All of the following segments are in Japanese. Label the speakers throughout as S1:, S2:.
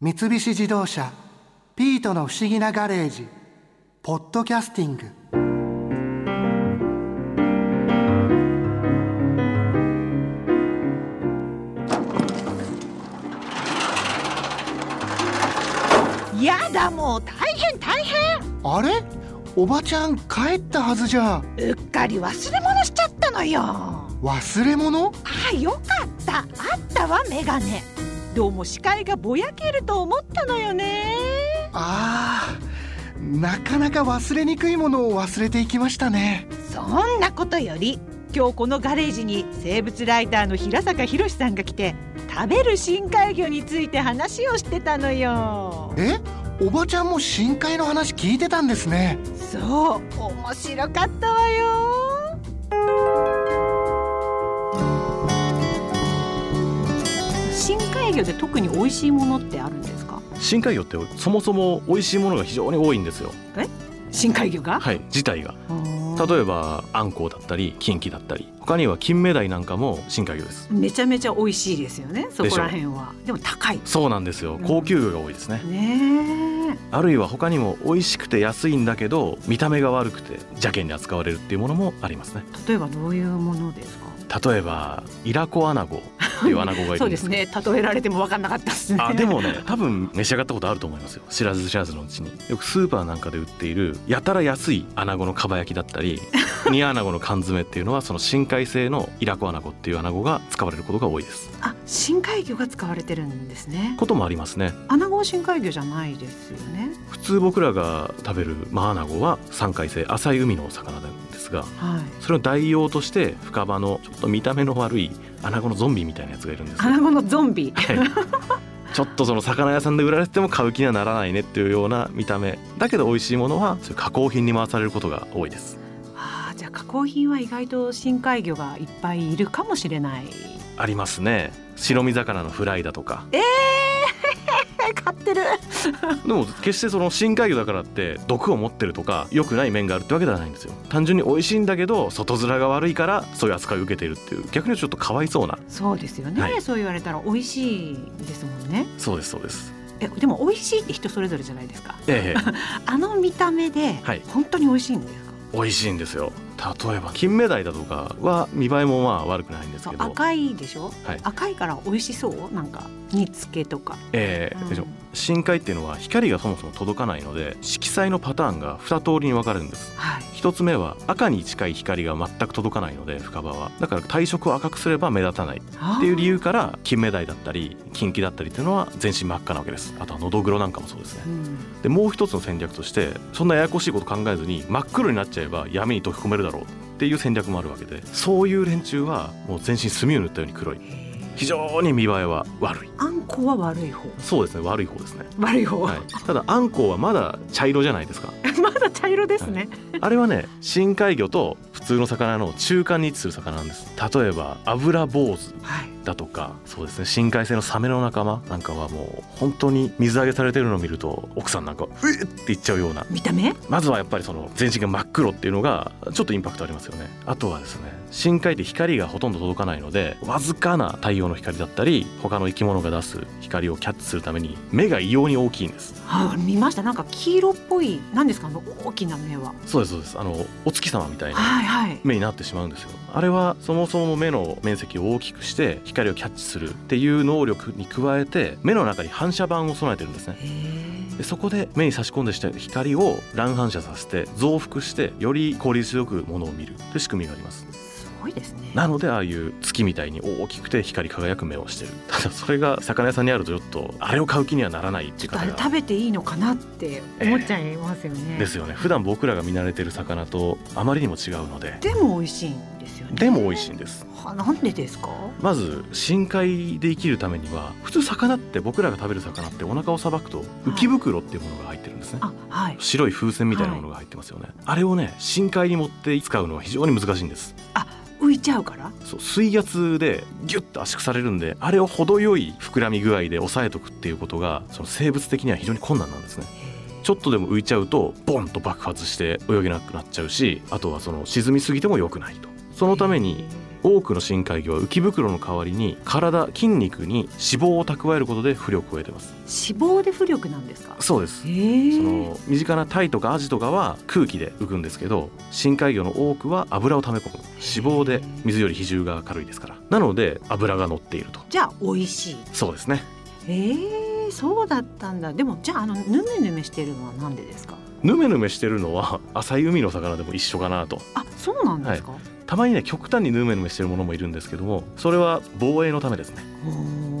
S1: 三菱自動車「ピートの不思議なガレージ」「ポッドキャスティング」
S2: やだもう大変大変
S1: あれおばちゃん帰ったはずじゃ
S2: うっかり忘れ物しちゃったのよあ
S1: 忘れ物
S2: よかったあったわメガネどうも視界がぼやけると思ったのよね
S1: ああなかなか忘れにくいものを忘れていきましたね
S2: そんなことより今日このガレージに生物ライターの平坂宏さんが来て食べる深海魚について話をしてたのよ
S1: えおばちゃんも深海の話聞いてたんですね
S2: そう面白かったわよ深海魚で特に美味しいものってあるんですか
S3: 深海魚ってそもそも美味しいものが非常に多いんですよ。
S2: 深海魚が、
S3: はい、自体が。
S2: 例
S3: 例えばアンコウだったりキンキだったり他にはキンメダイなんかも深海魚です。
S2: めちゃめちゃ美味しいですよねそこら辺はでも高い
S3: そうなんですよ。高級魚が多いですね。
S2: ね
S3: あるいは他にも美味しくて安いんだけど見た目が悪くて邪険に扱われるっていうものもありますね。
S2: え例えばどういうものですか
S3: 例えばイラコアナゴっていうアナゴがいる
S2: そ
S3: ん
S2: うで
S3: です
S2: す
S3: け
S2: ね
S3: ど。
S2: 例えられても分かんなかったですね
S3: あでもね多分召し上がったことあると思いますよ知らず知らずのうちによくスーパーなんかで売っているやたら安いアナゴのかば焼きだったり煮アナゴの缶詰っていうのはその深海性のイラコアナゴっていうアナゴが使われることが多いです
S2: あ深海魚が使われてるんですね
S3: こともありますね
S2: アナゴは深海魚じゃないですよね
S3: 普通僕らが食べるマアナゴは深海性浅い海のお魚なんですが
S2: はい
S3: それの代用として深場のちょっと見た目の悪いアナゴのゾンビみたいなやつがいるんです
S2: ア
S3: よ
S2: ナゴのゾンビ
S3: はいちょっとその魚屋さんで売られてても買う気にはならないねっていうような見た目だけど美味しいものはそういう加工品に回されることが多いです
S2: あーじゃあ加工品は意外と深海魚がいっぱいいるかもしれない
S3: ありますね白身魚のフライだとか
S2: えー、買ってる
S3: でも決してその深海魚だからって毒を持ってるとか良くない面があるってわけではないんですよ単純に美味しいんだけど外面が悪いからそういう扱いを受けているっていう逆にちょっとかわいそうな
S2: そうですよね、
S3: はい
S2: そう言われたら美味しいですもんね
S3: そうですそうです
S2: えでも美味しいって人それぞれじゃないですか
S3: え
S2: あの見た目で
S3: はい
S2: 本当に美味しいんですか、
S3: え美味しいんですよ例えば金目鯛だとかは見栄えもまあ悪くないんです
S2: そう
S3: けど
S2: 赤いでしょ、
S3: はい
S2: 赤いから美味しそうなんか煮付けとか、
S3: ええ
S2: うん
S3: でしょ深海っていうのは光がそもそも届かないので色彩のパターンが2通りに分かれるんです
S2: はい
S3: 1つ目は赤に近い光が全く届かないので深場はだから体色を赤くすれば目立たないっ
S2: って
S3: いう理由から金目鯛だったり金気だったりっていうのは全身真っ赤なわけですあとはのどぐろなんかもそうですねでもう一つの戦略としてそんなややこしいこと考えずに真っ黒になっちゃえば闇に溶け込めるだろうっていう戦略もあるわけでそういう連中はもう全身墨を塗ったように黒い非常に見栄えは悪い
S2: あんこは悪い方
S3: そうですね悪い方ですね
S2: 悪い方、
S3: はい、ただあんこうはまだ茶色じゃないですか
S2: まだ茶色ですね、
S3: あれはね深海魚と普通の魚の中間に位置する魚なんです例えば油坊主
S2: はい
S3: だとかそうですね深海性のサメの仲間なんかはもう本当に水揚げされてるのを見ると奥さんなんかは「うえっ!」って言っちゃうような
S2: 見た目
S3: まずはやっぱりその全身が真っ黒っていうのがちょっとインパクトありますよねあとはですね深海って光がほとんど届かないのでわずかな太陽の光だったり他の生き物が出す光をキャッチするために目が異様に大きいんです
S2: あ見ましたなんか黄色っぽい何ですかあの大きな目は
S3: そうですそうですあのお月様みたいな
S2: はいはい
S3: 目になってしまうんですよあれはそもそも目の面積を大きくして光をキャッチするっていう能力に加えて目の中に反射板を備えてるんですねでそこで目に差し込んでした光を乱反射させて増幅してより効率よくものを見るという仕組みがあります
S2: すごいですね
S3: なのでああいう月みたいに大きくて光り輝く目をしてる ただそれが魚屋さんにあるとちょっとあれを買う気にはならないって
S2: ち
S3: い
S2: ょ
S3: う
S2: っとあ
S3: 方
S2: れ
S3: が
S2: 食べていいのかなって思っちゃいますよね、
S3: ですよね普段僕らが見慣れてる魚とあまりにも違うので
S2: でも美味しいんですよね
S3: でも美味しいんです
S2: はなんでですか
S3: まず深海で生きるためには普通魚って僕らが食べる魚ってお腹をさばくと浮き袋っていうものが入ってるんですね、
S2: あはい
S3: 白い風船みたいなものが入ってますよね、あれをね深海に持って使うのは非常に難しいんです
S2: 浮いちゃうから
S3: そう水圧でギュッと圧縮されるんであれを程よい膨らみ具合で抑えとくっていうことがその生物的には非常に困難なんですねちょっとでも浮いちゃうとボンと爆発して泳げなくなっちゃうしあとはその沈みすぎても良くないとそのために多くの深海魚は浮き袋の代わりに体筋肉に脂肪を蓄えることで浮力を得てます
S2: 肪で浮力なんですか
S3: そうです
S2: え
S3: そ
S2: ー、
S3: の身近なタイとかアジとかは空気で浮くんですけど深海魚の多くは油を溜め込む脂肪で水より比重が軽いですからなので油が乗っていると
S2: じゃあ美味しい
S3: そうですね
S2: えー、そうだったんだでもじゃああのヌメヌメしてるのはなんでですか
S3: ヌメヌメしてるのは浅い海の魚でも一緒かなと
S2: あそうなんですか、
S3: たまにね極端にヌメヌメしてるものもいるんですけどもそれは防衛のためですね
S2: お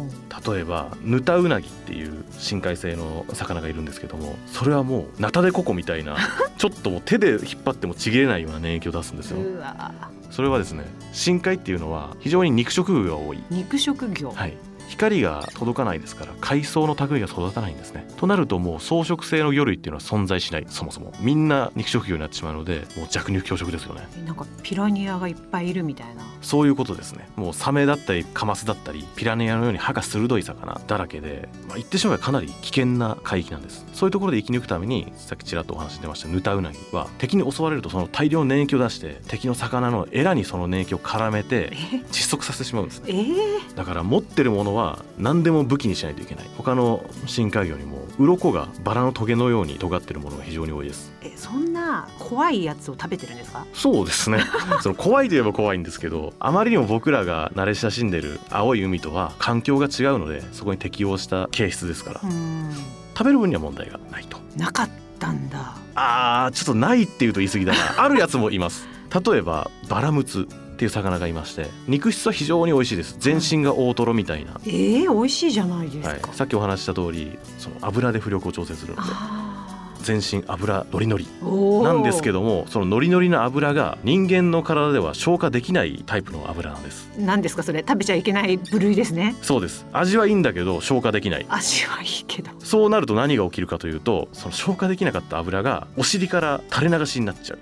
S2: ー
S3: 例えばヌタウナギっていう深海性の魚がいるんですけどもそれはもうナタデココみたいなちょっともう手で引っ張ってもちぎれないような粘液を出すんですよ
S2: うわ
S3: それはですね深海っていうのは非常に肉食魚が多い、
S2: ー肉食魚、
S3: はい、光が届かないですから海藻の類が育たないんですねとなるともう草食性の魚類っていうのは存在しないそもそもみんな肉食魚になってしまうのでもう弱肉強食ですよね
S2: なんかピラニアがいっぱいいるみたいな
S3: そういうことですねもうサメだったりカマスだったりピラニアのように歯が鋭い魚だらけで、まあ、言ってしまえばかなり危険な海域なんですそういうところで生き抜くためにさっきちらっとお話し出ましたヌタウナギは敵に襲われるとその大量の粘液を出して敵の魚のエラにその粘液を絡めて窒息させてしまうんですね
S2: えー、
S3: だから持ってるものは何でも武器にしないといけない他の深海魚にも鱗がバラのトゲのように尖ってるものが非常に多いです
S2: えそんな怖いやつを食べてるんですか
S3: そうで すねその怖いといえば怖いんですけどあまりにも僕らが慣れ親しんでる青い海とは環境が違うのでそこに適応した形質ですから
S2: うん
S3: 食べる分には問題がないと
S2: なかったんだ
S3: あーちょっとないっていうと言い過ぎだ なあるやつもいます例えばバラムツっていう魚がいまして肉質は非常に美味しいです全身が大トロみたいな、
S2: えー、美味しいじゃないです
S3: はい
S2: か、、
S3: さっきお話しした通りその油で浮力を調整するので
S2: あ
S3: 全身油ノリノリ
S2: ーおー
S3: なんですけどもそのノリノリな油が人間の体では消化できないタイプの油なんです
S2: なんですかそれ食べちゃいけない部類ですね
S3: そうです味はいいんだけど消化できない
S2: 足はいいけど
S3: そうなると何が起きるかというとその消化できなかった油がお尻から垂れ流しになっちゃう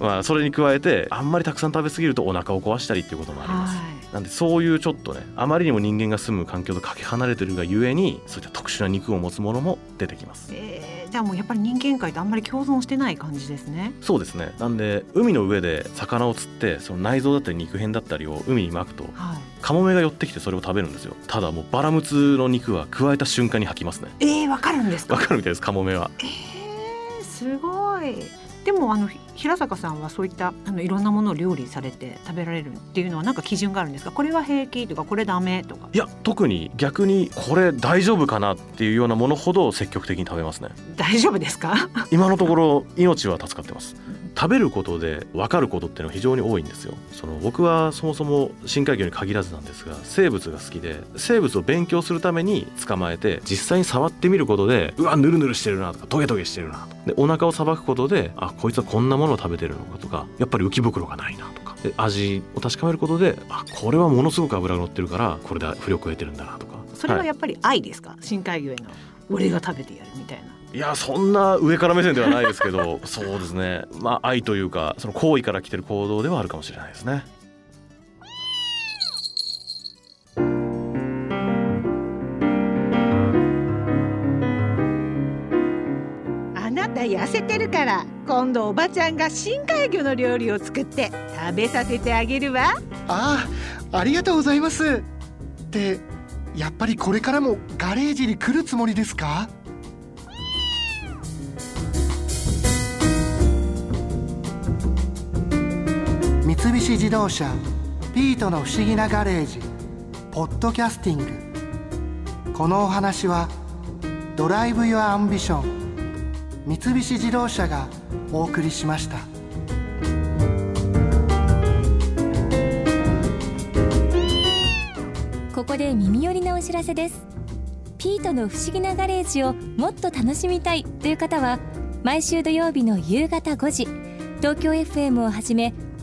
S3: まあそれに加えてあんまりたくさん食べ過ぎるとお腹を壊したりっていうこともあります
S2: は
S3: なんでそういうちょっとねあまりにも人間が住む環境とかけ離れてるがゆえにそういった特殊な肉を持つものも出てきます
S2: い、えー、じゃあもうやっぱり人間界とあんまり共存してない感じですね
S3: そうですねなんで海の上で魚を釣ってその内臓だったり肉片だったりを海に撒くと
S2: はい
S3: カモメが寄ってきてそれを食べるんですよただもうバラムツの肉は加えた瞬間に吐きますね
S2: えー、わかるんです
S3: わ
S2: か
S3: かるみたいですカモメは
S2: えー、すごいでもあのひ平坂さんはそういったあのいろんなものを料理されて食べられるっていうのはなんか基準があるんですかこれは平気とかこれダメとか
S3: いや特に逆にこれ大丈夫かなっていうようなものほど積極的に食べますね
S2: 大丈夫ですか
S3: 今のところ命は助かってます食べることで分かることっていうのは非常に多いんですよその僕はそもそも深海魚に限らずなんですが生物が好きで生物を勉強するために捕まえて実際に触ってみることでうわヌルヌルしてるなとかトゲトゲしてるなとかでお腹をさばくことであこいつはこんなものを食べてるのかとかやっぱり浮き袋がないなとかで味を確かめることであこれはものすごく脂が乗ってるからこれで浮力を得てるんだなとか
S2: それは
S3: はい
S2: やっぱり愛ですか、深海魚への俺が食べてやるみたいない
S3: やそんな上から目線ではないですけどそうですねまあ愛というかその行為から来てる行動ではあるかもしれないですね
S2: あなた痩せてるから今度おばちゃんが深海魚の料理を作って食べさせてあげるわ
S1: ああありがとうございますってやっぱりこれからもガレージに来るつもりですか三菱自動車「ピートの不思議なガレージ」ポッドキャスティングこのお話は「ドライブ・ユア・アンビション」三菱自動車がお送りしました。
S4: ここで耳寄りなお知らせですピートの不思議なガレージをもっと楽しみたいという方は毎週土曜日の夕方5時東京 FM をはじめ